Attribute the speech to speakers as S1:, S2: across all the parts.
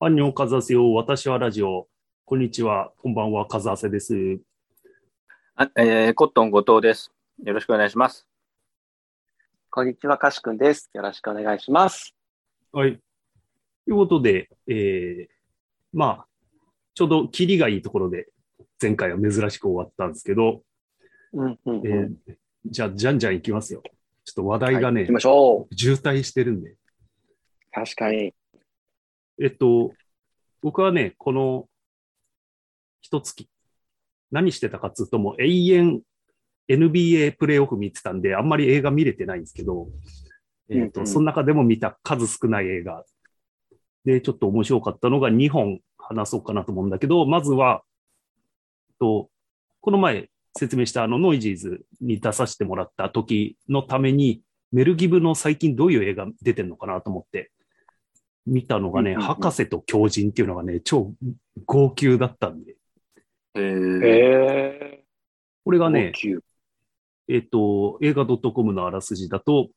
S1: アンニョンカズアセよ、私はラジオ。こんにちは、こんばんは、カズアセです。
S2: あえー、コットン後藤です。よろしくお願いします。
S3: こんにちは、かしくんです。よろしくお願いします。
S1: はい。ということで、えー、まあ、ちょうどキリがいいところで、前回は珍しく終わったんですけど、
S3: うんうんうん
S1: えーじゃあ、じゃんじゃんいきますよ。ちょっと話題が
S3: はい、行
S1: ね
S3: き、ましょ
S1: 渋滞してるんで。
S3: う。確かに。
S1: えっと、僕はね、この一月、何してたかっつうと、もう永遠 NBA プレーオフ見てたんで、あんまり映画見れてないんですけど、えっ
S3: うんう
S1: と、
S3: ん
S1: その中でも見た数少ない映画で、ちょっと面白かったのが2本話そうかなと思うんだけど、まずは、えっと、この前説明したあのノイジーズに出させてもらった時のために、メルギブの最近どういう映画出てんのかなと思って、見たのがね、
S3: うんうんうん
S1: 博士と狂人っていうのがね、超号泣だったんで、
S2: えー
S3: え
S1: これ
S3: ー、
S1: がね
S3: 高、級
S1: えっと、映画 .com のあらすじだと、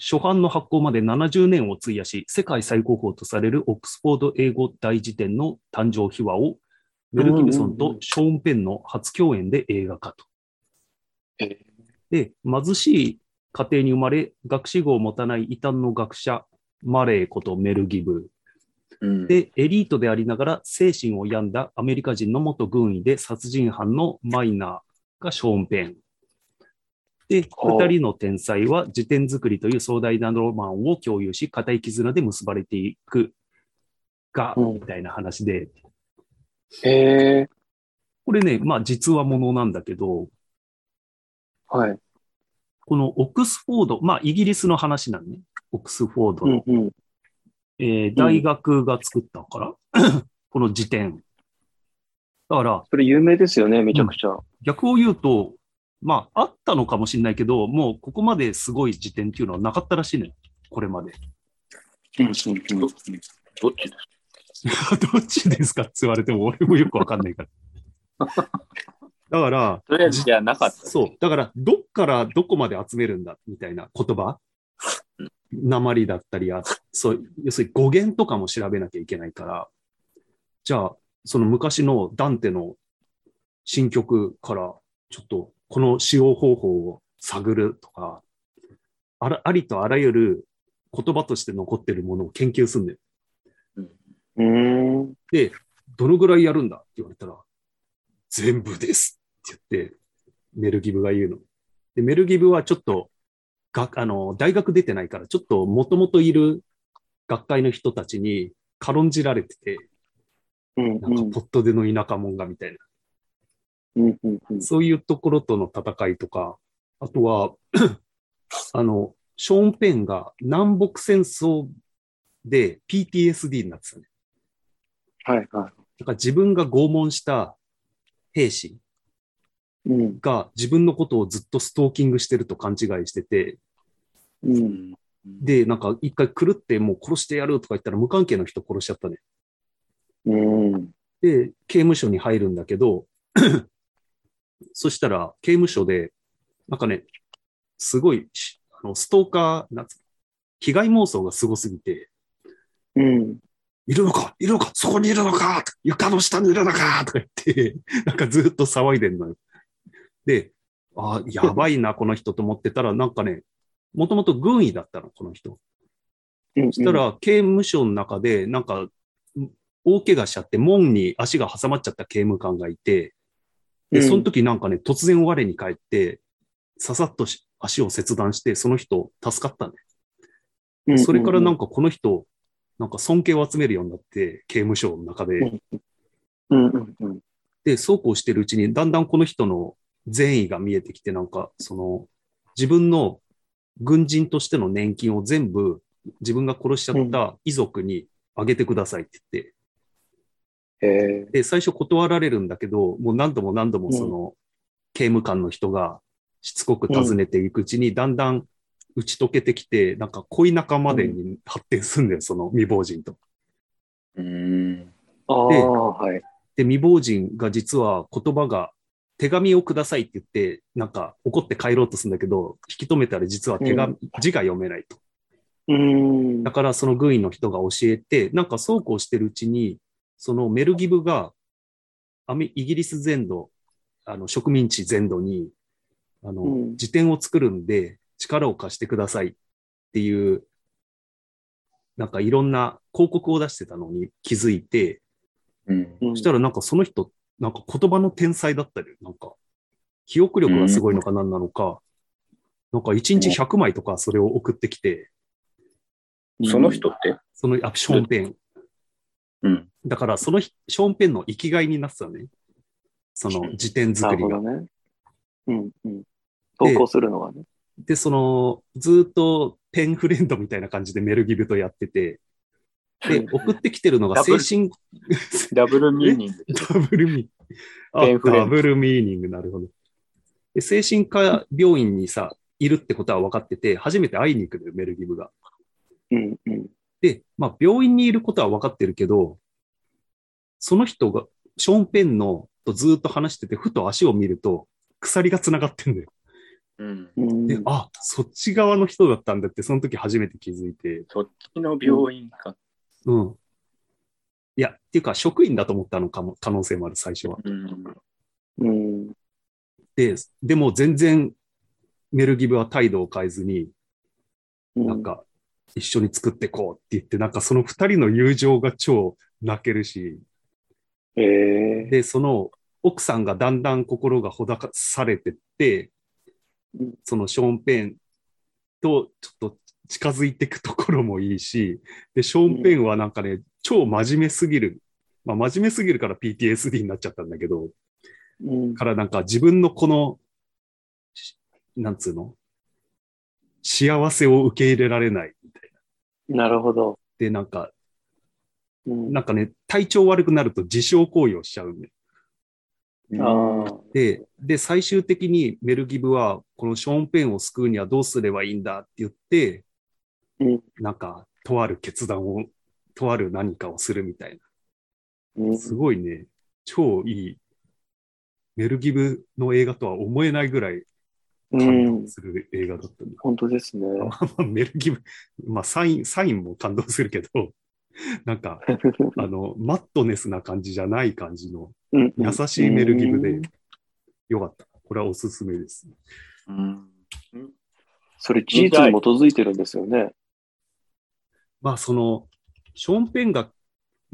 S1: 初版の発行まで70年を費やし、世界最高峰とされるオックスフォード英語大辞典の誕生秘話を、メル・ギブソン
S3: うんうん
S1: と
S3: うん
S1: ショーン・ペンの初共演で映画化と。
S3: え
S1: で、貧しい家庭に生まれ、学士号を持たない異端の学者、マレーことメル・ギブ。
S2: うん
S1: で、エリートでありながら精神を病んだアメリカ人の元軍医で殺人犯のマイナーがショーン・ペン。で、
S3: ほう
S1: 二人の天才は辞典作りという壮大なロマンを共有し、固い絆で結ばれていくが、
S3: うん
S1: みたいな話で、
S3: ー、え
S1: これね、まあ実話ものなんだけど、
S3: ー、はい。
S1: このオックスフォード、まあイギリスの話なんね。オックスフォード
S3: う
S1: の、
S3: んうん。
S1: えー大学が作ったのかな、この辞典。だから、
S3: それ有名ですよね、めちゃくちゃ。
S1: 逆を言うと、まあ、あったのかもしれないけど、もうここまですごい時点っていうのはなかったらしいのよ、これまで。
S3: うんうんうん
S2: どっちです
S1: どっちですかって言われても、俺もよくわかんない から。だから、
S2: とりあえずじゃなかった。
S1: そう、だから、どっからどこまで集めるんだみたいな言葉、鉛だったりあそう、要するに語源とかも調べなきゃいけないから、じゃあ、その昔のダンテの新曲から、ちょっとこの使用方法を探るとか、あらありとあらゆる言葉として残ってるものを研究するんだよ。
S3: うーん。
S1: で、どのぐらいやるんだって言われたら、全部ですって言って、メルギブが言うの。で、メルギブはちょっと、があの大学出てないから、ちょっともともといる学会の人たちに軽んじられてて、
S3: うん
S1: なんか
S3: うん
S1: ポットでの田舎者がみたいな、
S3: うんうんうん
S1: そういうところとの戦いとか、あとは、 あの、ショーン・ペンが南北戦争で PTSD になってたね。
S3: はいは
S1: だから自分が拷問した兵士、
S3: い。うん
S1: が自分のことをずっとストーキングしてると勘違いしてて、
S3: う。
S2: うんん
S1: で、なんか一回狂ってもう殺してやるとか言ったら無関係の人殺しちゃったね。
S3: うん。
S1: で、刑務所に入るんだけど、 そしたら刑務所で、なんかね、すごいし、あのストーカー、なんつ被害妄想がすごすぎて、
S3: うん。
S1: いるのかいるのかそこにいるのか床の下にいるのかとか言って、なんかずっと騒いでんのよ。で、あやばいな、この人と思ってたら、なんかね、もともと軍医だったの、この人。
S3: うん。
S1: そした、ら、刑務所の中で、なんか、大怪我しちゃって、門に足が挟まっちゃった刑務官がいて、で、その時なんかね、突然我に返って、ささっとし足を切断して、その人助かったね。それからなんか
S3: か、
S1: この人、なんか尊敬を集めるようになって、刑務所の中で。
S3: うんうんうん。
S1: で、そうこうしてるうちに、だんだんこの人の善意が見えてきて、なんか、その、自分の軍人としての年金を全部、自分が殺しちゃった遺族にあげてくださいって言って、
S3: へえ
S1: で、最初断られるんだけど、もう何度も何度もその、刑務官の人がしつこく尋ねていくうちに、だんだん打ち解けてきて、なんか恋仲までに発展するんだよ、その未亡人と。
S2: うん
S3: ー。ああ、
S1: で
S3: はい。
S1: で、未亡人が実は言葉が、手紙をくださいって言って、なんか怒って帰ろうとするんだけど、引き止めたら実は手紙、字が読めないと。
S3: うん
S1: だ。からその軍医の人が教えて、なんかそうこうしてるうちに、そのメルギブがアメイギリス全土、あの植民地全土に、あの、
S3: うん
S1: 辞典を作るんで力を貸してくださいっていう、なんかいろんな広告を出してたのに気づいて、
S4: うん。
S1: そしたらなんかその人、なんか言葉の天才だったり、なんか記憶力がすごいのか何なのか、なんか1日100枚とかそれを送ってきて、
S4: その人って
S1: その、あ、ショーンペン。
S4: うん。
S1: だから、そのひショーン・ペンの生きがいになってたね。その辞典
S3: な
S1: 作
S3: る
S1: り
S3: ほ
S1: が
S3: ど。ね。うんうん。投稿するのはね。
S1: で、その、ずっとペンフレンドみたいな感じでメルギブとやってて、で、送ってきてるのが
S2: ダブ
S1: 精
S2: ル
S1: 神、
S2: ダブルミーニン グ。
S1: ダブルミーニング。あ
S2: ペンフレンド
S1: ダブルミーニング、なるほど。で、精神科病院にさ、いるってことは分かってて、初めて会いに行くのよ、メルギブが。
S3: うんうん。
S1: で、まあ、病院にいることは分かってるけど、その人が、ショーン・ペンのとずーっと話してて、ふと足を見ると、鎖が繋がってんだよ。
S4: うん。
S3: うん
S1: で、あ、そっち側の人だったんだって、その時初めて気づいて。
S4: そっちの病院か。
S1: うん。いや、っていうか、職員だと思ったのかも、可能性もある、最初は。
S4: うん。
S3: うん。
S1: で、でも全然、メルギブは態度を変えずに、なんか、一緒に作ってこうって言って、なんかその二人の友情が超泣けるし、
S3: うん。ええ。
S1: で、その奥さんがだんだん心がほだかされてって
S3: うん、
S1: そのショーン・ペンとちょっと近づいていくところもいいし、で、ショーン・ペンはなんかね、超真面目すぎる。まあ、真面目すぎるから PTSD になっちゃったんだけど、
S3: うん
S1: からなんか自分のこの、しなんつうの幸せを受け入れられない。
S3: なるほど。
S1: で、なんか、
S3: うん
S1: なんかね、体調悪くなると自傷行為をしちゃうね。
S3: ああ。
S1: で、で、最終的にメルギブは、このショーン・ペンを救うにはどうすればいいんだって言って、
S3: うん
S1: なんか、とある決断を、とある何かをするみたい
S3: うん
S1: な。すごいね、超いい。メルギブの映画とは思えないぐらい感動する映画だったね、
S3: 本当ですね。
S1: まあまあメルギブ、まあサイン、サインも感動するけど、 なん か、あの、マットネスな感じじゃない感じの
S3: うん
S1: 優しいメルギブ
S3: う
S1: で
S3: ん、
S1: よかった。これはおすすめです。
S4: うん。
S3: それ事実に基づいてるんですよね。
S1: まあ、その、ショーン・ペンが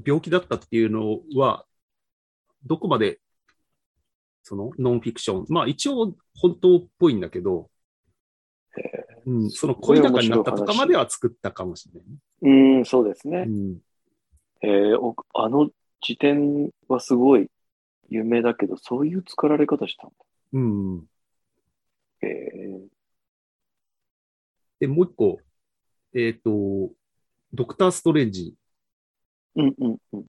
S1: 病気だったっていうのは、どこまで、その、ノンフィクション。まあ、一応、本当っぽいんだけど、うん、その、恋仲になったとかまでは作ったかもしれないね。
S3: うん、そうですね
S1: う。ん、
S3: えーおあの辞典はすごい有名だけど、そういう作られ方したん
S1: うん。
S3: だ。え
S1: で、もう一個、えっ、と、ドクター・ストレンジ
S3: ーうんうんうん。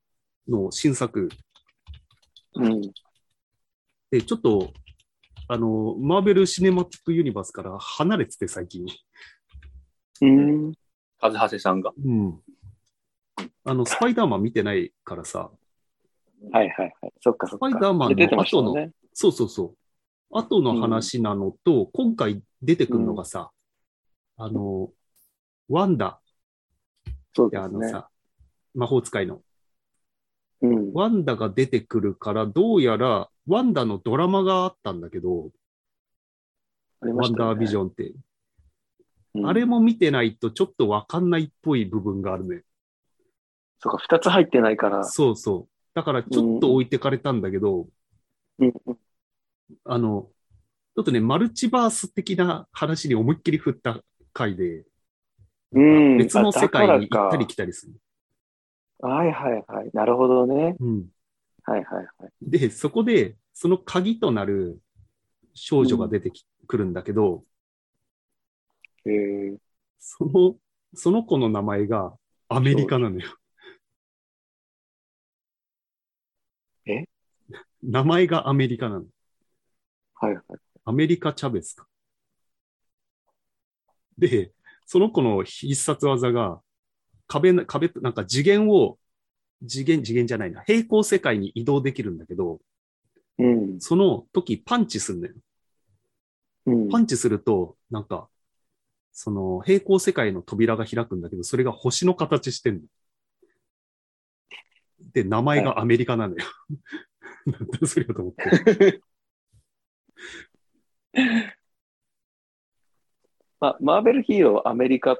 S1: の新作
S3: うん、
S1: で、ちょっと、あの、マーベル・シネマティック・ユニバースから離れてて、最近。
S3: うん、
S4: カズハセさんが。
S1: うん。あの、スパイダーマン見てないからさ、
S3: はいはいはい。そっかそっか。
S1: スパイダーマンの
S3: 出てましたもんね。
S1: そうそうそう。後の話なのと、今回出てくるのがさ、あの、ワンダ
S3: そう
S1: って
S3: で
S1: あ
S3: す
S1: の
S3: ね。
S1: さ、魔法使いの。
S3: うん、
S1: ワンダが出てくるから、どうやら、ワンダのドラマがあったんだけど、
S3: ありま
S1: ワン
S3: したよね
S1: ダービジョンって。
S3: うん
S1: あれも見てないとちょっとわかんないっぽい部分があるね。
S3: そっか、二つ入ってないから。
S1: そうそう。だからちょっと置いてかれたんだけど、
S3: うんうん
S1: あの、ちょっとね、マルチバース的な話に思いっきり振った回で、
S3: うん
S1: 別の世界に行ったり来たりする。
S3: はいはいはい。なるほどね。
S1: うん、
S3: はいはいはい。
S1: で、そこで、その鍵となる少女が出てき、くるんだけど、
S3: えー、
S1: その、その子の名前がアメリカなのよ。
S3: え
S1: 名前がアメリカなの。
S3: はいはい。
S1: アメリカ・チャベスか。で、その子の必殺技が、壁な、壁、なんか次元を、次元、次元じゃないな、平行世界に移動できるんだけど、
S3: うん。
S1: その時パンチすんだよ。
S3: うん
S1: パンチすると、なんか、その平行世界の扉が開くんだけど、それが星の形してんの。で、名前がアメリカなのよ。 なんだそれと思って。
S3: まあ、マーベルヒーローはアメリカっ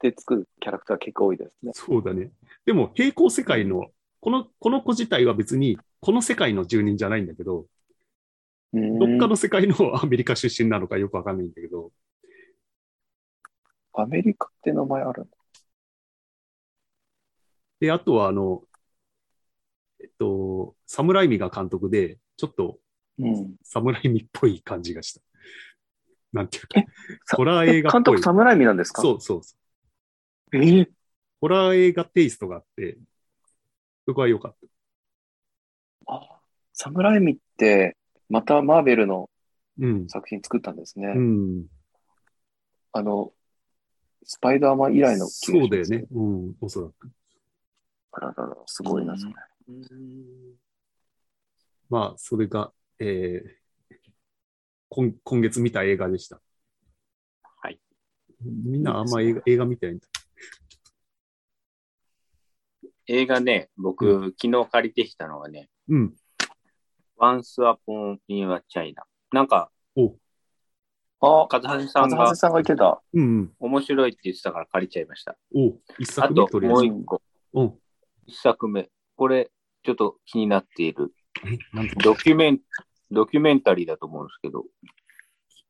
S3: てつくキャラクター結構多いですね。
S1: そうだね。でも平行世界の、この、この子自体は別に、この世界の住人じゃないんだけど、どっかの世界の アメリカ出身なのかよくわかんないんだけど、
S3: アメリカって名前あるの
S1: で、あとはあの、えっと、サムライミが監督で、ちょっと
S3: うん。
S1: サムライミっぽい感じがした。なんていうか
S3: え、さ
S1: ホラー映画っぽい。
S3: 監督、サムライミなんですか
S1: そうそうそう。
S3: えー
S1: ホラー映画テイストがあって、そこは良かっ
S3: あサムライミって、またマーベルの
S1: た。うん。
S3: 作品作ったんですね。
S1: うん。
S3: あの、スパイダーマン以来の気が
S1: そ
S3: しま
S1: う
S3: す
S1: だよね。。うん、おそらく。
S3: あららら、すごいな、それ。
S1: まあ、それが、えー今、今月見た映画でした。
S4: はい。
S1: みんなあんま映画、映画見てないんだ。
S4: 映画ね、僕、昨日借りてきたのがね、
S1: うん。
S4: Once Upon in a China。なんか、
S3: あ、
S4: 和橋さ
S3: カ
S4: ん
S3: ズ
S4: が
S3: ハセさんが言ってた。
S1: うん、うん。
S4: 面白いって言ってたから借りちゃいました。
S1: おう一
S4: あ
S1: 作目
S4: と、
S1: とりあえ
S4: も
S1: ず
S4: う。一個、
S1: うん。
S4: 一作目。これ、ちょっと気になっている。
S1: え、なんだ
S4: ドキュメン、ドキュメンタリーだと思うんですけど、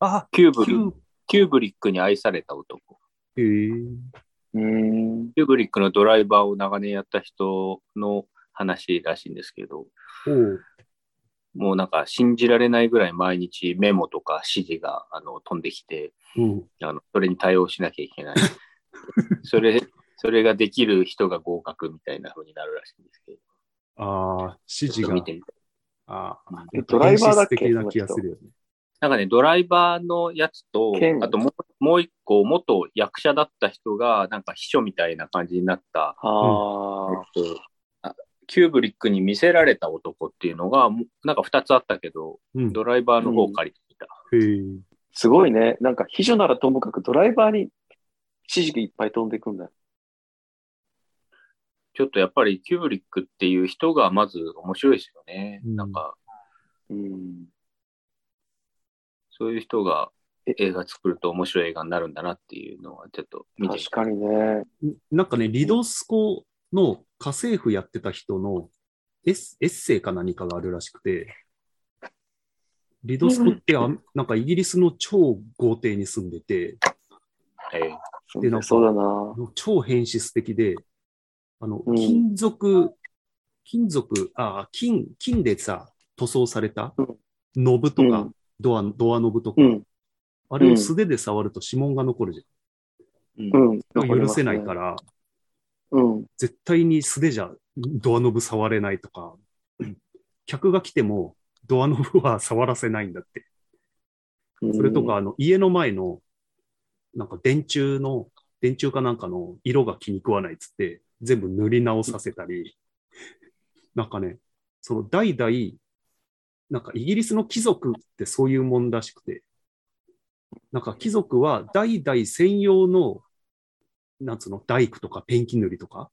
S1: あ、
S4: キューブ
S1: キ
S4: リ、
S1: ュー
S4: キューブリックに愛された男。
S1: えー、
S3: うーん。
S4: キューブリックのドライバーを長年やった人の話らしいんですけど、
S1: おう
S4: もうなんか信じられないぐらい毎日メモとか指示があの飛んできて、
S1: うん。
S4: あのそれに対応しなきゃいけない。それ、それができる人が合格みたいな風になるらしいんですけど、
S1: ああ、指
S4: ち
S1: 示
S4: ょっと
S1: が
S4: 見。てみたい
S1: ああ、
S3: えドライバーだっけ
S1: 原始的な気がするよね。
S4: なんかね、ドライバーのやつと
S3: 剣、
S4: あともうもう一個、元役者だった人が、なんか秘書みたいな感じになった、
S3: ああ、
S4: えっとあキューブリックに見せられた男っていうのが、もうなんか二つあったけど、
S1: うん。
S4: ドライバーの方を借りてきた。
S1: へー
S3: すごいね。なんか、秘書ならともかくドライバーに指示がいっぱい飛んでいくんだよ。
S4: ちょっとやっぱりキューブリックっていう人がまず面白いですよね。
S1: うん
S4: なんか、
S3: うん。
S4: そういう人が
S3: え
S4: 映画作ると面白い映画になるんだなっていうのはちょっと見てみ
S3: 確
S4: た
S3: かにね。
S1: なんかね、リドスコの家政婦やってた人のエッエッセイか何かがあるらしくて、リドスコってあなんかイギリスの超豪邸に住んでて、
S4: い。え
S1: でなんか
S3: そうだな。
S1: 超変質的で、あの、
S3: うん
S1: 金属、金属、あ金、金でさ、塗装された
S3: うん
S1: ノブとか、
S3: うん
S1: ドア、ドアノブとか、
S3: うん。
S1: あれを素手で触ると指紋が残るじ
S3: う
S4: ー
S3: ん。。
S1: ゃん。許せないからら、
S3: うん。
S1: 絶対に素手じゃドアノブ触れないとか、客が来てもドアノブは触らせないんだって。それとか、あの、家の前の、なんか電柱の、電柱かなんかの色が気に食わないっつって、全部塗り直させたり、なんかね、その代々、なんかイギリスの貴族ってそういうもんらしくて、なんか貴族は代々専用の、なんつうの、大工とかペンキ塗りとか、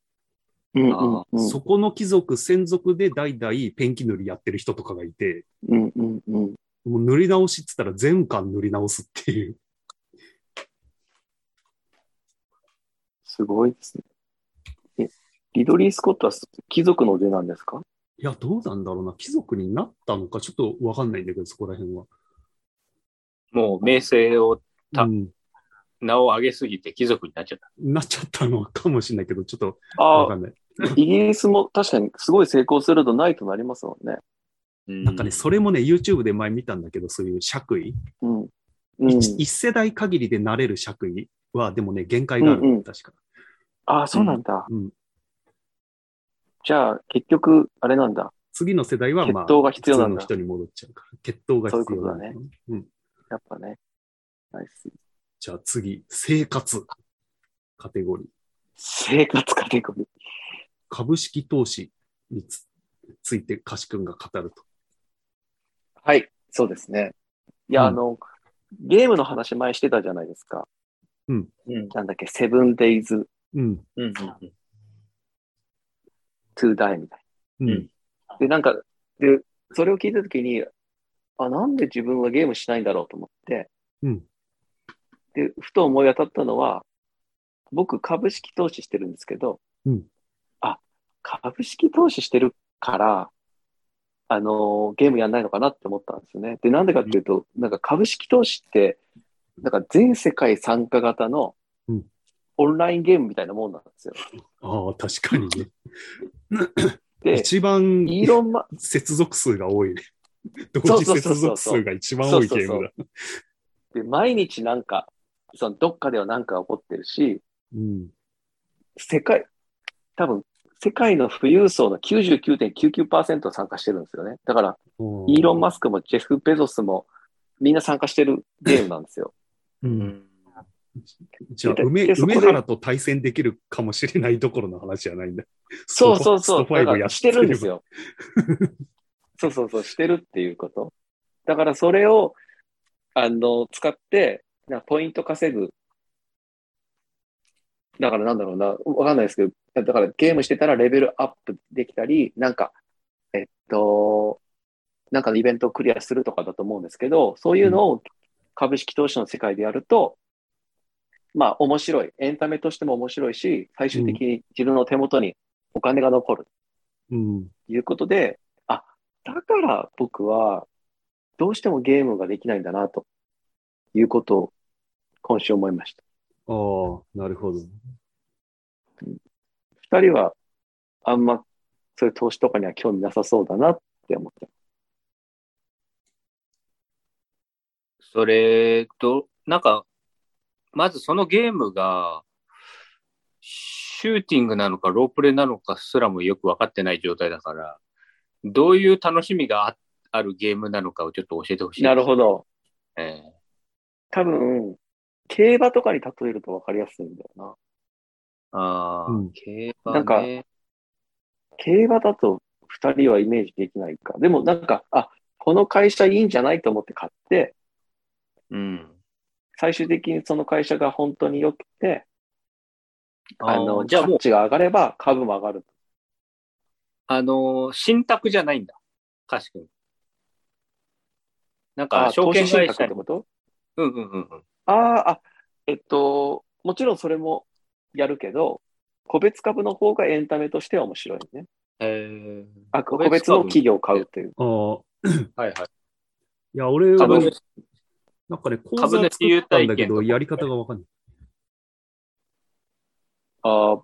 S3: うん。うん。
S4: あ
S3: うん。
S1: そこの貴族専属で代々ペンキ塗りやってる人とかがいて、
S3: うん。うん。うん。
S1: もう塗り直しっつったら全巻塗り直すっていう。
S3: すごいですね。え、リドリー・スコットは貴族の出なんですか
S1: いや、どうなんだろうな。貴族になったのか、ちょっとわかんないんだけど、そこら辺は。
S4: もう名声をた
S1: うん、
S4: 名を上げすぎて貴族になっちゃった。な
S1: なっちゃったのかもしれないけど、ちょっとわ
S3: あ
S1: か
S3: あ、
S1: んない。
S3: イギリスも確かにすごい成功するとないとなりますもんね。
S1: なんかね、それもね、YouTube で前見たんだけど、そういう爵位。
S3: うん。うん。
S1: 一一世代限りでなれる爵位は、でもね、限界がある。
S3: うんうん
S1: 確か。
S3: ああ、そうなんだ。
S1: うん。
S3: じゃあ、結局、あれなんだ。
S1: 次の世代は、
S3: 血
S1: まあ、
S3: 統が必要なん
S1: 普通の
S3: だ。
S1: 人に戻っちゃうから。血統が必要なん
S3: そういうこ
S1: うん。
S3: やっぱね。ナイス
S1: じゃあ次、生活。カテゴリー。
S3: 生活カテゴリー。
S1: 株式投資につついて、カシ君が語ると。
S3: はい、そうですね。いや、
S1: うん
S3: あの、ゲームの話前してたじゃないですか。
S1: うん
S2: うん
S3: なんだっけ、セブンデイズ・
S1: うん。
S2: うん
S3: トゥ・ダイみたい
S1: うん。
S3: な。で、なんか、で、それを聞いたときに、あ、なんで自分はゲームしないんだろうと思って、
S1: うん
S3: で、ふと思い当たったのは、僕、株式投資してるんですけど、
S1: うん
S3: あ、株式投資してるから、あのーゲームやんないのかなって思ったんですよね。で、なんでかっていうと、なんか株式投資って、なんか全世界参加型の
S1: うん
S3: オンラインゲームみたいなもんなんですよ。
S1: ああ、確かにね。
S3: で、
S1: 一番
S3: イーロンマ、
S1: 接続数が多いね。
S3: そ
S1: 同
S3: う
S1: 時
S3: そう
S1: 接
S3: そうそう
S1: 続数が一番多い
S3: そうそう
S1: ゲ
S3: そう
S1: ームだ。
S3: で、毎日なんか、そのどっかではなんか起こってるし、
S1: うん。
S3: 世界、多分、世界の富裕層の99.99%参加してるんですよね。だから、イーロン・マスクもジェフ・ベゾスもみんな参加してるゲームなんですよ。
S1: うん。じゃあ、
S3: で
S1: 梅
S3: でそこで
S1: 梅原と対戦できるかもしれないどころの話じゃないんだ。
S3: そうそうそう
S1: ス。ト
S3: だ
S1: 5
S3: か
S1: や
S3: ら
S1: っ
S3: してるんです
S1: れば。
S3: よ。そうそうそう、してるっていうこと。だからそれを、あの、使って、なポイント稼ぐ。だからなんだろうな、わかんないですけど、だからゲームしてたらレベルアップできたり、なんか、えっと、なんかのイベントをクリアするとかだと思うんですけど、そういうのを株式投資の世界でやると、まあ面白い。エンタメとしても面白いし、最終的に自分の手元にお金が残る
S1: うん。
S3: ということで、あ、だから僕はどうしてもゲームができないんだなということを今週思いました。
S1: ああ、なるほど。
S3: 二人はあんまそういう投資とかには興味なさそうだなって思って。
S4: それと、なんか、まずそのゲームが、シューティングなのかロープレイなのかすらもよく分かってない状態だから、どういう楽しみがああるゲームなのかをちょっと教えてほしい。
S3: なるほど。
S4: ど。ええ
S3: 多分、競馬とかに例えるとわかりやすいんだよな。
S4: ああ、
S1: うん
S4: 競馬、ね、
S3: なんか競馬だと二人はイメージできないか。でもなんか、あ、この会社いいんじゃないと思って買って、
S4: うん。
S3: 最終的にその会社が本当に良くて、あの、
S4: ーじゃあも
S3: 価
S4: う、
S3: 値が上がれば株も上がる。
S4: あのー、信託じゃないんだ。かしくん。なんか、
S3: あ、
S4: 証
S3: 投
S4: 券
S3: 資信
S4: 会
S3: 託
S4: 社
S3: って
S4: に。
S3: こと
S4: うんうんうんうん。
S3: ああ、あ、えっと、もちろんそれもやるけど、個別株の方がエンタメとしては面白いね。
S4: え
S3: あ、
S4: 個
S3: 個別
S4: 別株
S3: の企業を買うっていう。
S1: ああ、
S4: ー、はいはい。
S1: いや、俺は、
S4: 株
S1: なん
S4: 主
S1: かね、講座
S4: 株
S1: 作
S4: 主
S1: ったんだけ
S4: 優待券と
S1: ど、
S4: か
S1: やり方がわかんない。
S3: ああ、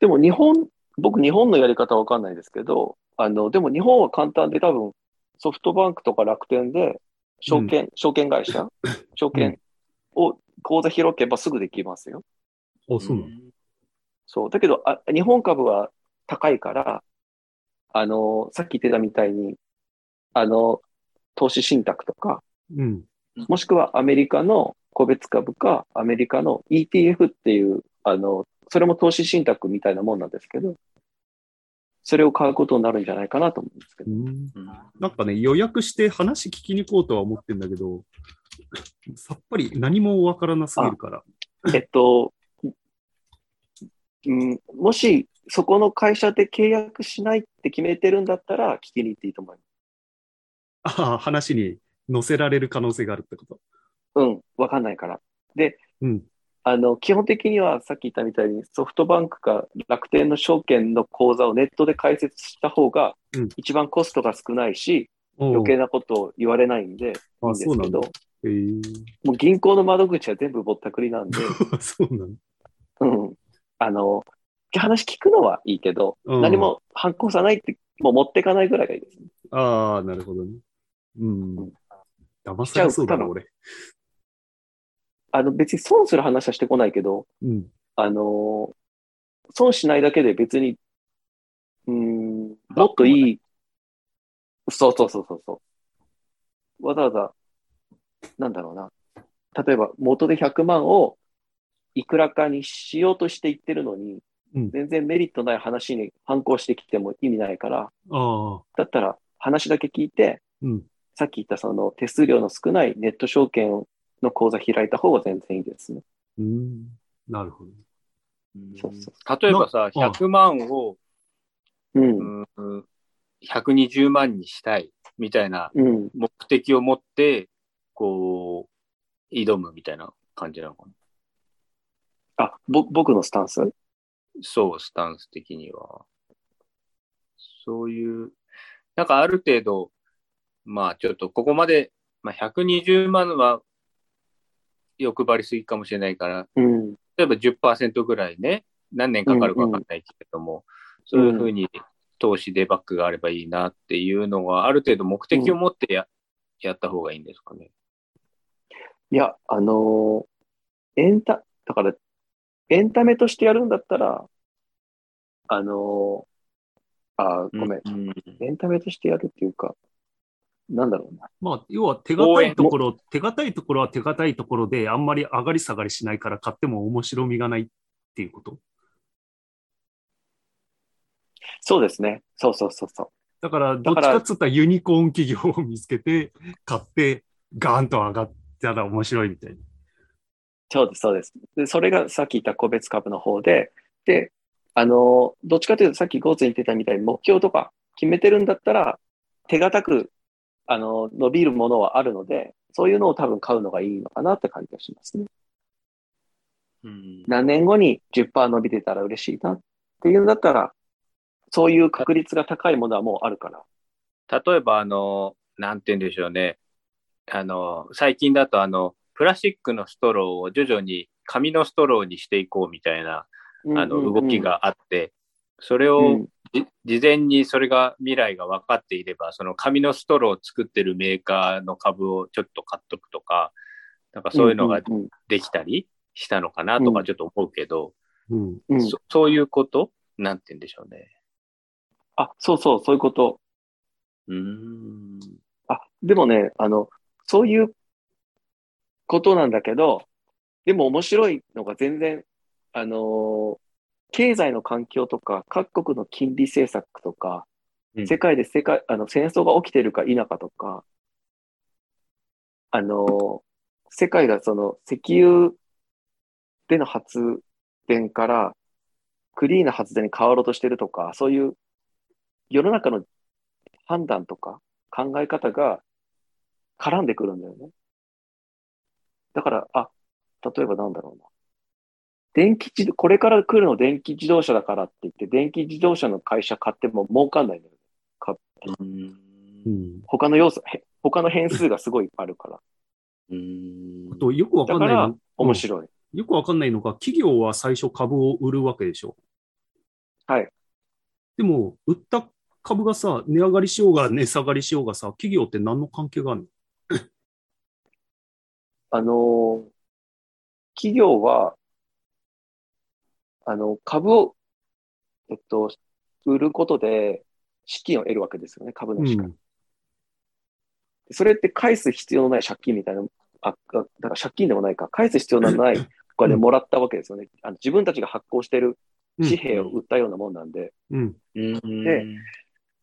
S3: でも日本、僕日本のやり方わかんないですけど、あの、でも日本は簡単で多分、ソフトバンクとか楽天で、証券、証券会 社、証券を口座開けばすぐできますよ。
S1: あ、そうなの、
S3: そう。だけど、あ、日本株は高いから、あの、さっき言ってたみたいに、あの、投資信託とか、
S1: うん。
S3: もしくはアメリカの個別株か、アメリカの ETF っていう、あの、それも投資信託みたいなもんなんですけど、それを買うことになるんじゃないかなと思うんですけど。
S1: うん
S4: うん
S1: なんかね、予約して話聞きに行こうとは思ってんだけど、さっぱり何もわからなすぎるから。
S3: えっと、うん、もし、そこの会社で契約しないって決めてるんだったら、聞きに行っていいと思います。
S1: ああ、話に載せられる可能性があるってこと。
S3: うん、わかんないから。
S1: うん。
S3: あの、基本的にはさっき言ったみたいにソフトバンクか楽天の証券の口座をネットで開設した方が
S1: うん
S3: 一番コストが少ないし、
S1: おう
S3: 余計なことを言われないんで、いいん
S1: あ
S3: です
S1: そうな
S3: け
S1: んだ
S3: ど、。
S1: へえ
S3: もう銀行の窓口は全部ぼったくりな んで、
S1: そうなの
S3: うん。あの、話聞くのはいいけど、
S1: うん
S3: 何も反抗さないって、もう持ってかないぐらいがいいですね。
S1: ああ、なるほどね。うん
S3: うん。
S1: 騙されそうだな、
S3: しちゃう
S1: 俺。
S3: あの、別に損する話はしてこないけど、
S1: うん。
S3: あの、損しないだけで別に、うーん、もっといい、そうそうそうそうそう。わざわざ、なんだろうな。例えば、元で100万をいくらかにしようとしていってるのに、
S1: うん
S3: 全然メリットない話に反抗してきても意味ないから、
S1: ああ、
S3: だったら話だけ聞いて、
S1: うん。
S3: さっき言ったその手数料の少ないネット証券の口座開いた方が全然いいですね。
S1: うん。なるほど。
S3: そうそう
S4: 例えばさ、
S1: なうん
S4: 100万を、
S3: うん。
S4: うん、120万にしたいみたいな
S3: うん。
S4: 目的を持って、こう、挑むみたいな感じなのかな。
S3: あ、ぼ、僕のスタンス
S4: そう、スタンス的には。そういう、なんかある程度、まあちょっとここまで、まあ、120万は欲張りすぎかもしれないから、
S3: うん。
S4: 例えば10%ぐらいね、何年かかるかわかんないけれども、そういうふうに投資でバックがあればいいなっていうのは、ある程度目的を持ってや,、やった方がいいんですかね。
S3: いや、あのーエンタ、だから、エンタメとしてやるんだったら、あのーあー、ごめん。
S4: うん
S3: エンタメとしてやるっていうか、なんだろうな。
S1: まあ、要は手堅いところ、手堅いところは手堅いところで、あんまり上がり下がりしないから買っても面白みがないっていうこと。
S3: そうですね。そうそうそうそう。
S1: だから、ど
S3: だ
S1: っち
S3: から
S1: かっつったらユニコーン企業を見つけて、買って、ガーンと上がったら面白いみたいな。
S3: そうです、そうです。で、それがさっき言った個別株の方で、で、あのーどっちかというとさっきゴーツに言ってたみたいに目標とか決めてるんだったら、手堅く、あのー伸びるものはあるので、そういうのを多分買うのがいいのかなって感じがしますね。
S4: うん
S3: 何年後に10%伸びてたら嬉しいなっていうんだったら、そういう確率が高いものはもうあるから。
S4: 例えば、あの、なんて言うんでしょうね。あの、最近だと、あの、プラスチックのストローを徐々に紙のストローにしていこうみたいな、あの、動きがあって、それ
S3: う
S4: を
S3: ん。
S4: じ事前にそれが未来が分かっていれば、その紙のストローを作ってるメーカーの株をちょっと買っとくとか、なんかそういうのが
S3: んん
S4: できたりしたのかなと
S3: う
S4: か
S3: ん
S4: ちょっと思うけど、
S1: うん。
S3: うんうん
S4: そそういうことなんて言うんでしょうね。
S3: あ、そうそう、そういうこと。
S4: うーん。
S3: あ、でもね、あの、そういうことなんだけど、でも面白いのが全然、あのー経済の環境とか、各国の金利政策とか、
S4: うん
S3: 世界で世界、あの、戦争が起きてるか否かとか、あのー世界がその石油での発電からクリーンな発電に変わろうとしてるとか、そういう世の中の判断とか考え方が絡んでくるんだよね。だから、あ、例えばなんだろうな。電気自動、これから来るの電気自動車だからって言って、電気自動車の会社買っても儲かんないんだよね。
S4: うー。
S1: うんん。
S3: 他の要素、へ他の変数がすごいいっぱいあるから。
S4: うーん
S1: あと、よくわかんない
S3: だか
S1: の
S3: ら、面白い。
S1: よくわかんないのが、企業は最初株を売るわけでしょ。
S3: はい。
S1: でも、売った株がさ、値上がりしようが値下がりしようがさ、企業って何の関係があるの
S3: あのー企業は、あの、株を、えっと、売ることで資金を得るわけですよね、株主から。それって返す必要のない借金みたいな、あ、あだから借金でもないか、返す必要のないお金もらったわけですよね。あの自分たちが発行してる
S1: うん
S3: 紙幣を売ったようなもんなんで。
S1: うん。
S3: で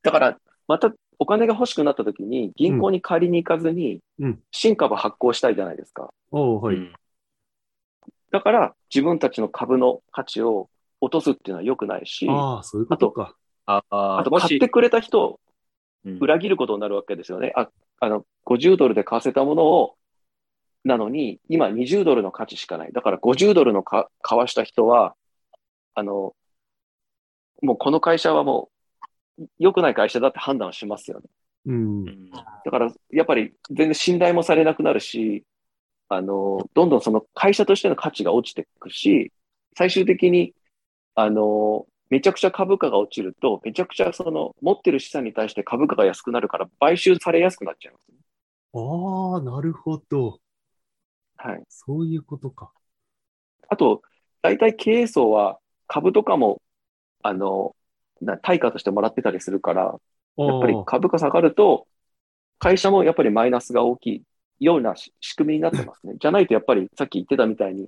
S3: だから、またお金が欲しくなった時に、銀行に借りに行かずに
S1: うん、
S3: 新株発行したいじゃないですか。
S1: ああ、はい。
S4: うん
S3: だから、自分たちの株の価値を落とすっていうのは良くないし、あ
S1: ああ、そういうことか。
S4: ああ、
S3: と
S4: も
S3: 買っ、
S4: して
S3: くれた人を
S4: うん
S3: 裏切ることになるわけですよね。あ、あの、50ドルで買わせたものを、なのに、今20ドルの価値しかない。だから50ドルのか買わした人は、あの、もうこの会社はもう良くない会社だって判断をしますよね。
S1: うん。
S4: うん
S3: だから、やっぱり全然信頼もされなくなるし、あの、どんどんその会社としての価値が落ちていくし、最終的に、あの、めちゃくちゃ株価が落ちると、めちゃくちゃその持ってる資産に対して株価が安くなるから、買収されやすくなっちゃいますね。
S1: ああ、なるほど。
S3: はい。
S1: そういうことか。
S3: あと、大体経営層は株とかも、あの、な対価としてもらってたりするから、
S1: ああ
S3: やっぱり株価下がると、会社もやっぱりマイナスが大きいようなし仕組みになってますね。じゃないとやっぱりさっき言ってたみたいに、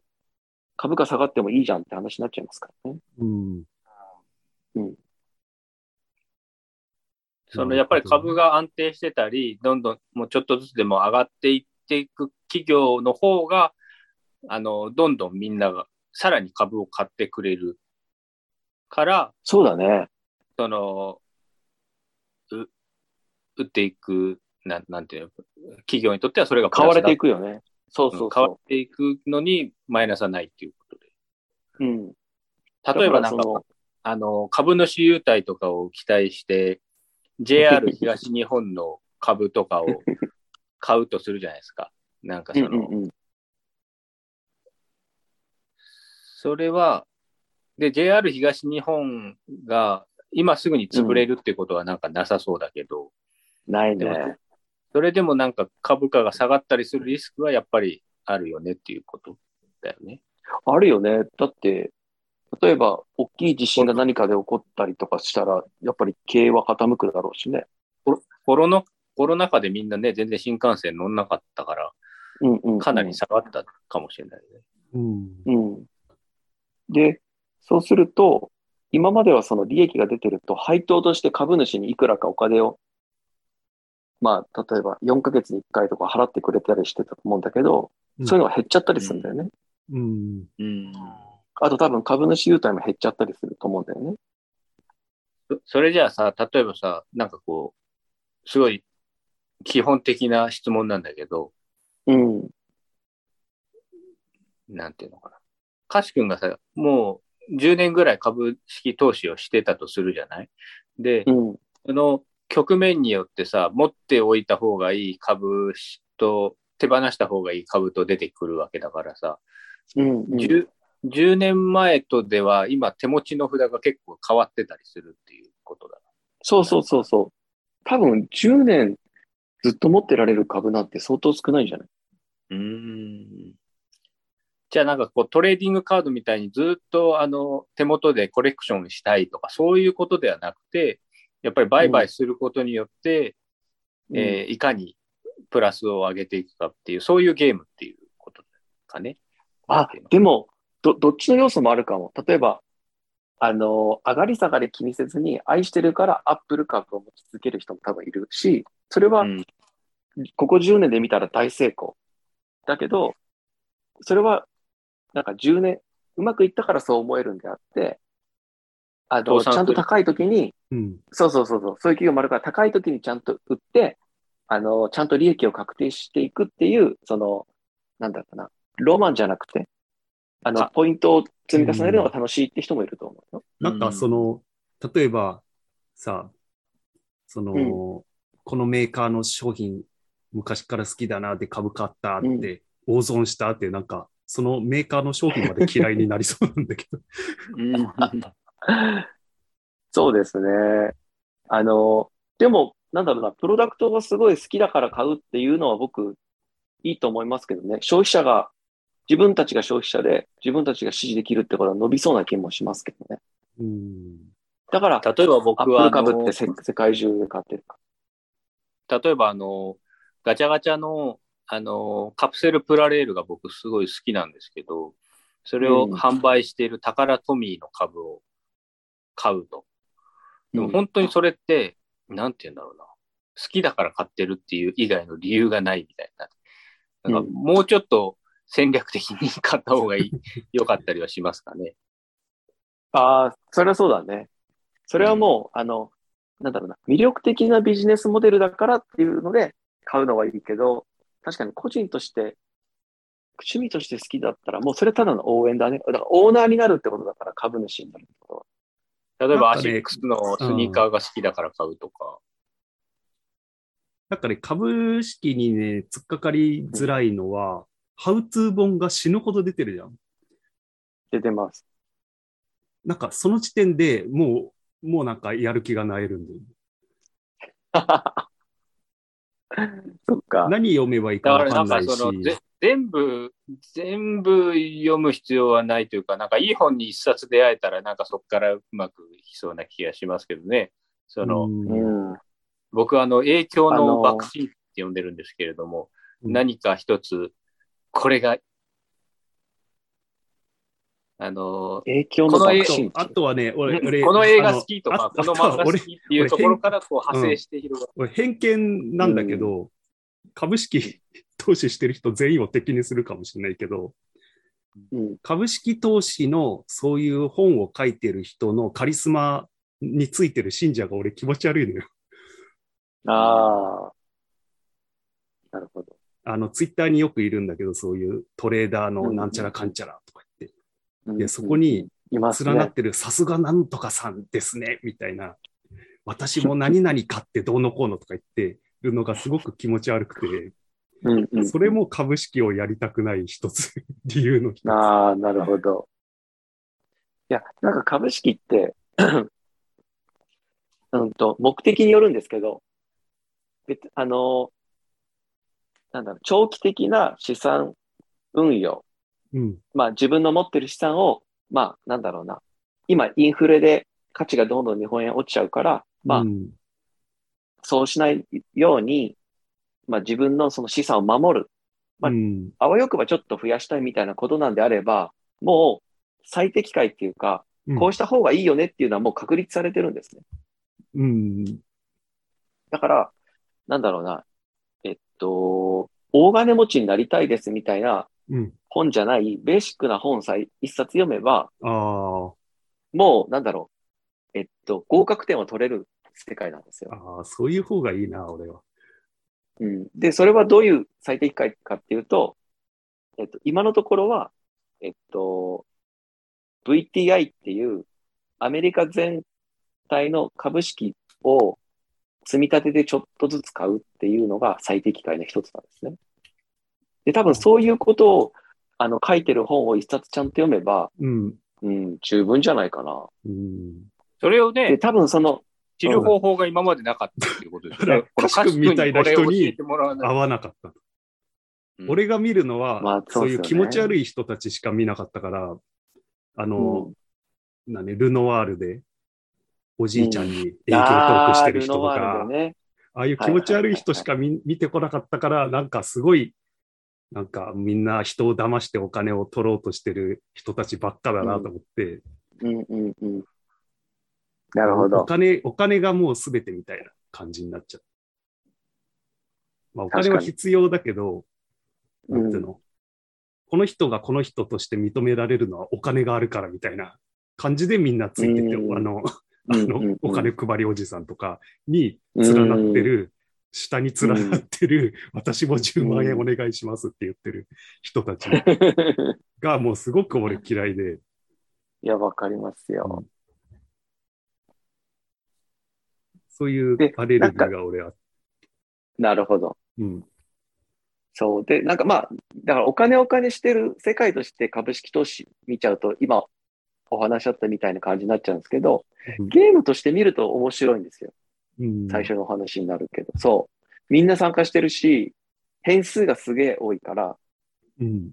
S3: 株価下がってもいいじゃんって話になっちゃいますからね。
S1: うん。
S4: そ
S1: な
S4: の
S1: る
S4: やっぱり
S1: ほどね
S4: 株が安定してたり、どんどんもうちょっとずつでも上がっていっていく企業の方が、あの、どんどんみんなが、さらに株を買ってくれるから、
S3: そうだね。
S4: その、う打っていく、なんなんていうの、企業にとってはそれが
S3: 買われてい
S4: く。
S3: くよね。そうそう
S4: 買われ
S3: そ
S4: ていくのにマイナスはないっていうこと
S3: う。うん。
S4: で。例えばなん
S3: だ
S4: か、
S3: らそ
S4: あの、株主優待とかを期待して、JR 東日本の株とかを買うとするじゃないですか。なんかそ
S3: の
S4: の、
S3: うんうんうん。
S4: それは、で、JR 東日本が今すぐに潰れるってことはなんかなさそうだけど、
S3: ない
S4: で
S3: ね
S4: も。それでもなんか株価が下がったりするリスクはやっぱりあるよねっていうことだよね。
S3: あるよね。だって、例えば、大きい地震が何かで起こったりとかしたら、やっぱり経営は傾くだろうしね。
S4: コロナ、コロナ禍でみんなね、全然新幹線乗んなかったから、
S3: うんうん、
S4: かなり下がったかもしれないね。
S1: うん。
S3: うん。で、そうすると、今まではその利益が出てると、配当として株主にいくらかお金を、まあ、例えば4ヶ月に1回とか払ってくれたりしてたと思うんだけど、そういうのが減っちゃったりするんだよね。
S1: うん。
S4: うん。
S3: あと多分株主優待も減っちゃったりすると思うんだよね。
S4: そそれじゃあさ、例えばさ、なんかこう、すごい基本的な質問なんだけど、
S3: うん。
S4: なんていうのかな。カシ君がさ、もう10年ぐらい株式投資をしてたとするじゃないで、
S3: うん。
S4: その局面によってさ、持っておいた方がいい株と、手放した方がいい株と出てくるわけだからさ、
S3: うん。うん。
S4: 10, 10年前とでは今手持ちの札が結構変わってたりするっていうことだ。
S3: そうそうそうそう。多分10年ずっと持ってられる株なんて相当少ないんじゃないう
S4: ーんじゃあなんかこうトレーディングカードみたいにずっとあの手元でコレクションしたいとかそういうことではなくてやっぱり売買することによって、
S3: うん
S4: えーいかにプラスを上げていくかっていうそういうゲームっていうことかね。
S3: あ、でも、ど、どっちの要素もあるかも。例えば、あの、上がり下がり気にせずに、愛してるからアップル株を持ち続ける人も多分いるし、それは
S4: うん
S3: ここ10年で見たら大成功。だけど、それは、なんか10年、うまくいったからそう思えるんであって、あ
S4: 倒
S3: の、ち
S4: 産する
S3: ゃんと高い時に、
S1: うん。
S3: そうそうそうそう、そういう企業もあるから、高い時にちゃんと売って、あの、ちゃんと利益を確定していくっていう、その、なんだろうな、ロマンじゃなくて、あの
S4: か、
S3: ポイントを積み重ねるのが楽しいって人もいると思うよ。
S1: なんかその、例えばさ、その、
S3: うん
S1: このメーカーの商品昔から好きだなで株買ったっ
S3: うん
S1: て、大損したってなんか、そのメーカーの商品まで嫌いになりそうなんだけど。
S3: そうですね。あの、でも、なんだろうな、プロダクトがすごい好きだから買うっていうのは僕、いいと思いますけどね。消費者が、自分たちが消費者で、自分たちが支持できるってことは伸びそうな気もしますけどね。
S1: うん。
S3: だから、
S4: 例えば僕は
S3: ア
S4: あ
S3: ップル株っ
S4: の
S3: てせ世界中で買ってるか
S4: 例えばあのガチャガチャのあのカプセルプラレールが僕すごい好きなんですけどそれを
S3: うん
S4: 販売しているタカラトミーの株を買うとで
S3: ら。
S4: も本当にそれってなんて言うんだろうな好きだから買ってるっていう以外の理由がないみたいななんか
S3: うん
S4: もうちょっと戦略的に買った方がいい良かったりはしますかね
S3: ああ、それはそうだね。それはもう、あの、なんだろうな、魅力的なビジネスモデルだからっていうので買うのはいいけど、確かに個人として、趣味として好きだったら、もうそれただの応援だね。だからオーナーになるってことだから、株主になるってことは。
S4: 例えば
S1: な
S4: ア
S1: んか
S4: シ
S1: ね
S4: ックスのスニーカーが好きだから買うとか、
S1: なんかね、株式にね、突っかかりづらいのは、ハウツー本が死ぬほど出てるじゃん。
S3: 出てます。
S1: なんかその時点でもう、もうなんかやる気がなえるんで。
S3: そっか。
S1: 何読めばいいか
S4: だか
S1: わ
S4: らな
S1: か
S4: ん
S1: んな
S4: か
S1: いし。
S4: そのぜ全部全部読む必要はないというかなんかいい本に一冊出会えたらなんかそこからうまくいきそうな気がしますけどねその、
S1: うん
S3: うん。
S4: 僕はあの影響
S3: あの
S4: の
S3: ー
S4: 爆心って呼んでるんですけれど
S1: う
S4: も、
S1: ん
S4: 何か一つこれがあのー
S3: 影響の
S4: この
S3: 爆
S4: 映
S1: そう
S3: 心。
S1: あとはね、俺、俺
S4: この映画
S1: あ
S4: 好きと
S1: あ
S4: か、この
S1: あとは
S4: 漫画好き
S1: 俺
S4: っていうところからこう派生して広がる。
S1: 俺偏見なん だけど、株式投資してる人全員を敵にするかもしれないけど、
S3: うん。
S1: 株式投資のそういう本を書いてる人のカリスマについてる信者が俺気持ち悪いのよ。
S3: ああ。なるほど。
S1: あの、ツイッターによくいるんだけど、そういうトレーダー
S3: うん
S1: の
S3: うん
S1: なんちゃらかんちゃらとか言って、
S3: うん
S1: で、そこに、
S3: います
S1: 連な
S3: ね
S1: っ。てるさすがなんとかさんですね、みたいな、私も何々買ってどうのこうのとか言ってるのがすごく気持ち悪く
S3: うんう
S1: て、
S3: ん。
S1: それも株式をやりたくない一つ、 理由の一つ。
S3: ああ、なるほど。いや、なんか株式って、 うんと、目的によるんですけど、別あの、なんだろう、長期的な資産運用。
S1: うん。
S3: まあ自分の持ってる資産を、まあなんだろうな。今インフレで価値がどんどん日本円落ちちゃうから、まあ
S1: うん
S3: そうしないように、まあ自分のその資産を守る。まあ
S1: うん
S3: あわよくばちょっと増やしたいみたいなことなんであれば、もう最適解っていうか、
S1: うん
S3: こうした方がいいよねっていうのはもう確立されてるんですね。
S1: うん。
S3: だから、なんだろうな、えっと、大金持ちになりたいですみたいな
S1: うん。
S3: 本じゃない、ベーシックな本さえ一冊読めば、
S1: あ
S3: もうなんだろう、えっと、合格点を取れる世界なんです
S1: ー
S3: よ。
S1: あー、そういう方がいいな、俺は。
S3: うん、で、それはどういう最適解かっていうと、えっと、今のところは、えっと、VTI っていうアメリカ全体の株式を積み立てでちょっとずつ買うっていうのが最適解の一つなんですね。で、多分そういうことを、あの、書いてる本を一冊ちゃんと読めば、
S1: うん。
S3: うん、十分じゃないかな。
S1: うん。
S4: それを
S3: で、
S4: ね、
S3: 多分その、
S4: 知る方法が今までなかったっていうことです
S1: だ
S4: ね
S1: か。ら
S4: この
S1: カシ君みたいな人に
S4: カシ君これを教えてもらわない
S1: 合わなかった。
S4: うん
S1: 俺が見るのは、
S3: まあ
S1: そ
S3: そうう
S1: いう
S3: ですよね
S1: 気持ち悪い人たちしか見なかったから、あの、なんね、ルノワールで、おじいちゃんに影響トークしてる人と
S3: あールノワ
S1: か
S3: ー、ルでね。
S1: ああいう気持ち悪い人しか見見てこなかったから、なんかすごい、なんかみんな人を騙してお金を取ろうとしてる人たちばっかだなと思って、
S3: うんうんうん。なるほ
S1: お
S3: ど。
S1: 金、お金がもうすべてみたいな感じになっちゃう。まあ、お金
S3: 確
S1: は
S3: かに
S1: 必要だけど、
S3: う、
S1: なんていうんの、この人がこの人として認められるのはお金があるからみたいな感じでみんなついてて、
S3: うん
S1: あの、
S3: う
S1: あ
S3: ん
S1: の
S3: うんうん
S1: お金配りおじさんとかに連なってる、下に連なってる、私も10万円お願いしますって言ってる人たちがもうすごく俺嫌いで、
S3: いや、わかりますよ。
S1: そういう
S3: で
S1: アレルギ
S3: な
S1: ー
S3: ん
S1: が俺は。
S3: なるほど。
S1: うん。
S3: そう。で、なんかまあ、だからお金お金してる世界として株式投資見ちゃうと、今お話しあったみたいな感じになっちゃうんですけど
S1: うん、
S3: ゲームとして見ると面白いんですよ。
S1: うん
S3: 最初のお話になるけど。そう。みんな参加してるし、変数がすげえ多いから、
S1: うん。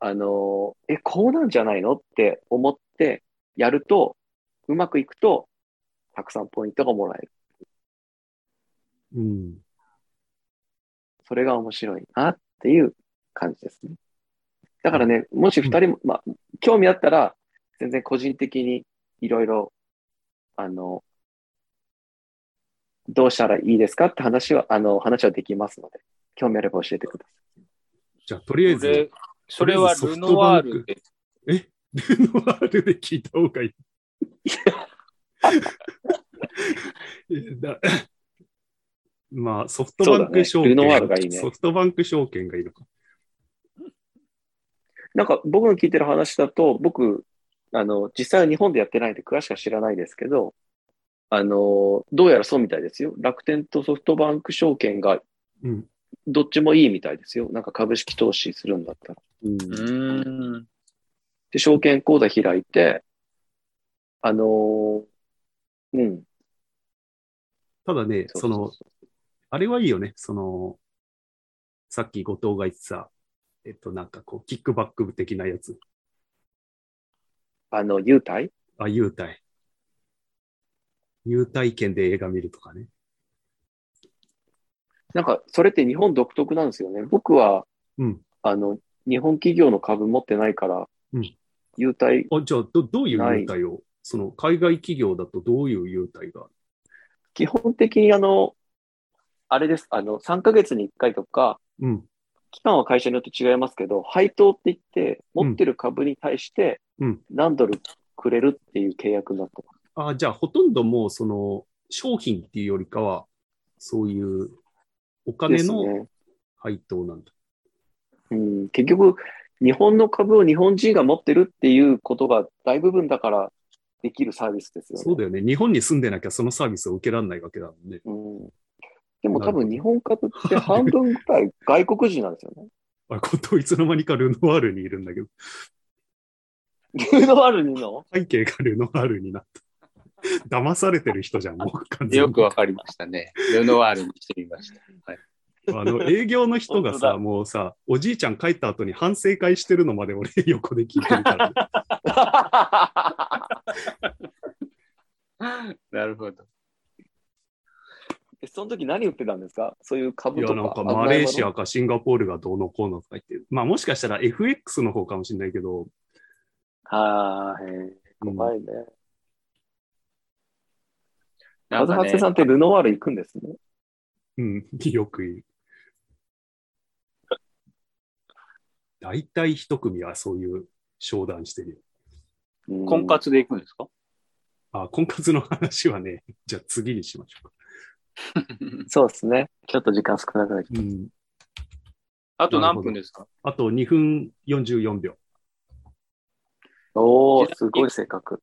S3: あのーえ、こうなんじゃないのって思ってやると、うまくいくと、たくさんポイントがもらえる。
S1: うん。
S3: それが面白いなっていう感じですね。だからね、もし二人も、まあ、興味あったら、全然個人的にいろいろ、あの、どうしたらいいですかって話は、あの、話はできますので、興味あれば教えてくだ
S1: じゃあ、とりあえ
S4: それ
S1: ず、
S4: それは
S1: とりあえずソ
S4: ル
S1: フ
S4: ノ
S1: ト
S4: ワ
S1: バン
S4: ー
S1: ク
S4: ルで、
S1: ルノ ワールで聞いた方がいい。 だまあ、ソフトバンク証
S3: そうだね
S1: 券、
S3: ルノワールがいいね
S1: ソフトバンク証券がいいのか。
S3: さい。なんか、僕の聞いてる話だと、僕、あの、実際は日本でやってないんで詳しくは知らないですけど、あの、どうやらそうみたいですよ。楽天とソフトバンク証券が
S1: うん。
S3: どっちもいいみたいですよ。なんか株式投資するんだったら。
S1: うん
S4: うーん、
S3: で、証券口座開いて、あのーうん。
S1: ただね、
S3: う
S1: その、あれはいいよね。その、さっき後藤が言ってた、えっと、なんかこう、キックバック的なやつ。
S3: あの、優待
S1: あ、優待。優待券で映画見るとかね。
S3: なんか、それって日本独特なんですよね。僕は、
S1: うん
S3: あの、日本企業の株持ってないから、
S1: うん
S3: 優待、
S1: あ、じゃあ、ど、どういう
S3: ない
S1: 優待を、その、海外企業だとどういう優待が
S3: 基本的にあの、あれです、あの、3ヶ月に1回とか、
S1: うん。
S3: 期間は会社によって違いますけど、配当って言って、
S1: うん
S3: 持ってる株に対して
S1: うん
S3: 何ドルくれるっていう契約になってます。
S1: あじゃあ、ほとんどもう、その、商品っていうよりかは、そういうお金
S3: です
S1: の
S3: ね。
S1: 配当なんだ。
S3: うん、結局、日本の株を日本人が持ってるっていうことが大部分だからできるサービスですよね。
S1: そうだよね。日本に住んでなきゃそのサービスを受けられないわけだもんね。
S3: うん、でも
S1: なるほど
S3: 多分日本株って半分ぐらい外国人なんですよね。
S1: あれ、こといつの間にかルノワールにいるんだけど、
S3: ルノワールにの
S1: 背景がルノワールになった。 騙されてる人じゃん、もう完全に
S4: よくわかりましたね。ルノワールにしてみました。はい、
S1: あの営業の人が
S3: 本当
S1: さ、
S3: だ
S1: もうさ、おじいちゃん帰った後に反省会してるのまで俺 横で聞いてるから、
S4: なるほど。
S3: えその時何売ってたんですかそういう
S1: い
S3: 株
S1: や、
S3: とか。
S1: なんか
S3: 危ないもの
S1: マレーシアかシンガポールがどうのこうのとか言って、まあもしかしたら FX の方かもしれないけど、
S3: はーい。
S1: う
S3: うんまいね。
S4: な
S3: カ
S4: ん
S3: ズ
S4: か
S3: ハ
S4: ね
S3: セ、さんってルノワール行くんですね。
S1: うん、 よく言う。大体一組はそういう商談してるよ。
S3: うん
S4: 婚活で行くんですか
S1: あ、婚活の話はね、 じゃあ次にしましょうか。
S3: そうですね。ちょっと時間少なくなっちゃ
S1: うん、
S4: あと
S1: なる
S4: 何
S1: ほど
S4: 分ですか
S1: あと2分44秒。
S3: う。おお
S4: ちなみに
S3: すごい性格。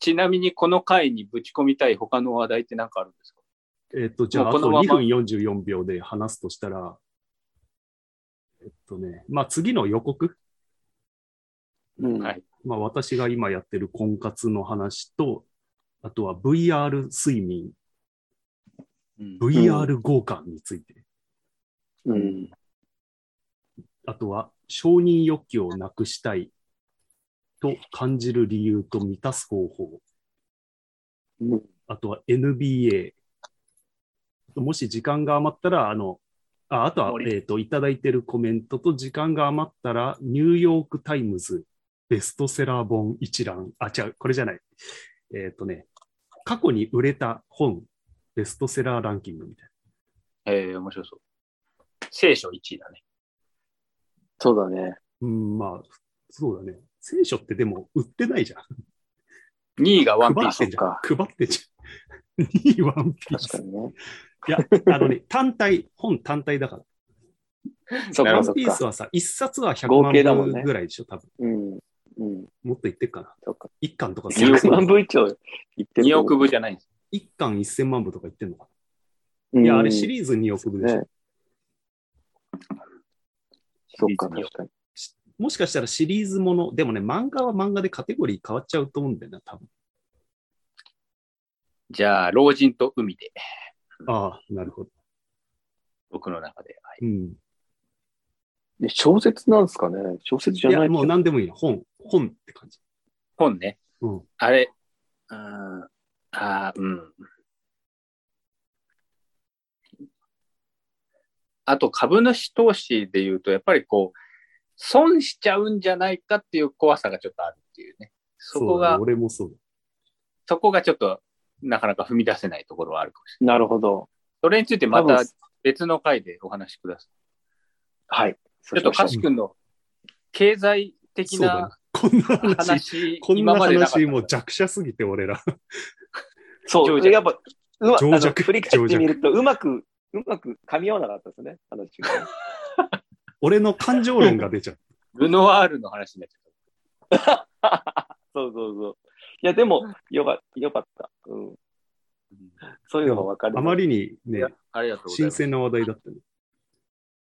S4: ちなみにこの回にぶち込みたい他の話題って何かあるんですか
S1: えっ、と、じゃあ、
S4: も
S1: あ
S4: う
S1: と
S4: このまま
S1: 2分44秒で話すとしたら、えっとね、まあ次の予告、
S3: うん。
S4: はい
S1: まあ私が今やってる婚活の話と、あとは VR 睡眠、
S4: うん、
S1: VR 合感について、
S3: うん。
S1: あとは承認欲求をなくしたいと感じる理由と満たす方法、
S3: うん
S1: あとは NBA。もし時間が余ったら、あの、ああとは、
S4: 森
S1: えっ、と、いただいてるコメントと、時間が余ったら、ニューヨークタイムズベストセラー本一覧、あ、違う、これじゃない。えっ、とね、過去に売れた本、ベストセラーランキングみたい
S4: えー、面白そう。聖書1位だね。
S3: そうだね。
S1: な。うん、まあ、そうだね。聖書ってでも売ってないじゃん。
S4: 2位がワンピ
S1: 配
S4: ー
S1: っ
S4: ス。
S1: てんじゃん
S3: あ。
S1: 配ってんじゃん。いいワンピー
S3: 確か
S1: ス。
S3: にね。
S1: いや、あのね、単体、本単体だから。
S3: そっ
S4: な
S1: ワ
S3: か
S4: る
S3: そ
S1: ン
S3: っ
S1: ピース
S3: か。
S1: はさ、一冊は100
S3: 合計だ
S1: 万
S3: もん
S1: 部
S3: ね
S1: ぐらいでしょ、多分。
S3: うん。うん。
S1: もっといってっかな。
S3: そっか。
S1: 一巻とか
S4: 二億
S3: 100
S1: 1000
S3: 万
S1: 万部。
S3: 部以上行って
S4: 2
S3: ると思う。
S4: 億部じゃないんです。
S1: 一巻1000万部とかいってんのか
S3: う
S1: な。
S3: ん。
S1: いや、あれシリーズ2億部でしょ。
S3: ねそっか、確かに。
S1: もしかしたらシリーズもの、でもね、漫画は漫画でカテゴリー変わっちゃうと思うんだよな、多分。
S4: じゃあ、老人と海で、
S1: ああ、なるほど。
S4: 僕の中で。はい
S1: うん。
S3: え小説なんですかね小説じ
S1: い
S3: ゃな
S1: や、
S3: い
S1: もう何でもいいよ。本、本って感じ。
S4: 本ね。
S1: うん。
S4: あれ、うーん、あーうん。あと、株主投資で言うと、やっぱりこう、損しちゃうんじゃないかっていう怖さがちょっとあるっていうね。そこ
S1: うだ
S4: が、
S1: ね俺もそうだ。
S4: そこがちょっと、なかなか踏み出せないところはあるかもしれない。
S3: なるほど。
S4: それについてま
S3: 多
S4: た
S3: 分
S4: 別の回でお話しくださ
S3: はい。
S4: い。ちょっと、か
S1: し
S4: しくんの経済的
S1: そうだね
S4: な。
S1: こんな話、
S4: 話、
S1: こん
S4: 今
S1: な
S4: までなかった
S1: 話、もう弱者すぎて、俺ら。
S3: そ
S4: 情
S3: う、
S4: 弱
S3: やっぱ、うまあ
S1: 情弱
S3: の振り返ってみると、うまく、うまく噛み合わなかったですね、話が。
S1: 俺の感情論が出ちゃう。
S4: ルノワールの話になっちゃった。
S3: そうそうそう。いや、でも、よかよかった。うん。そういうのが分かる。
S1: あまりにね、
S4: ありがとうござい
S1: 新
S4: ます。
S1: 鮮な話題だったね。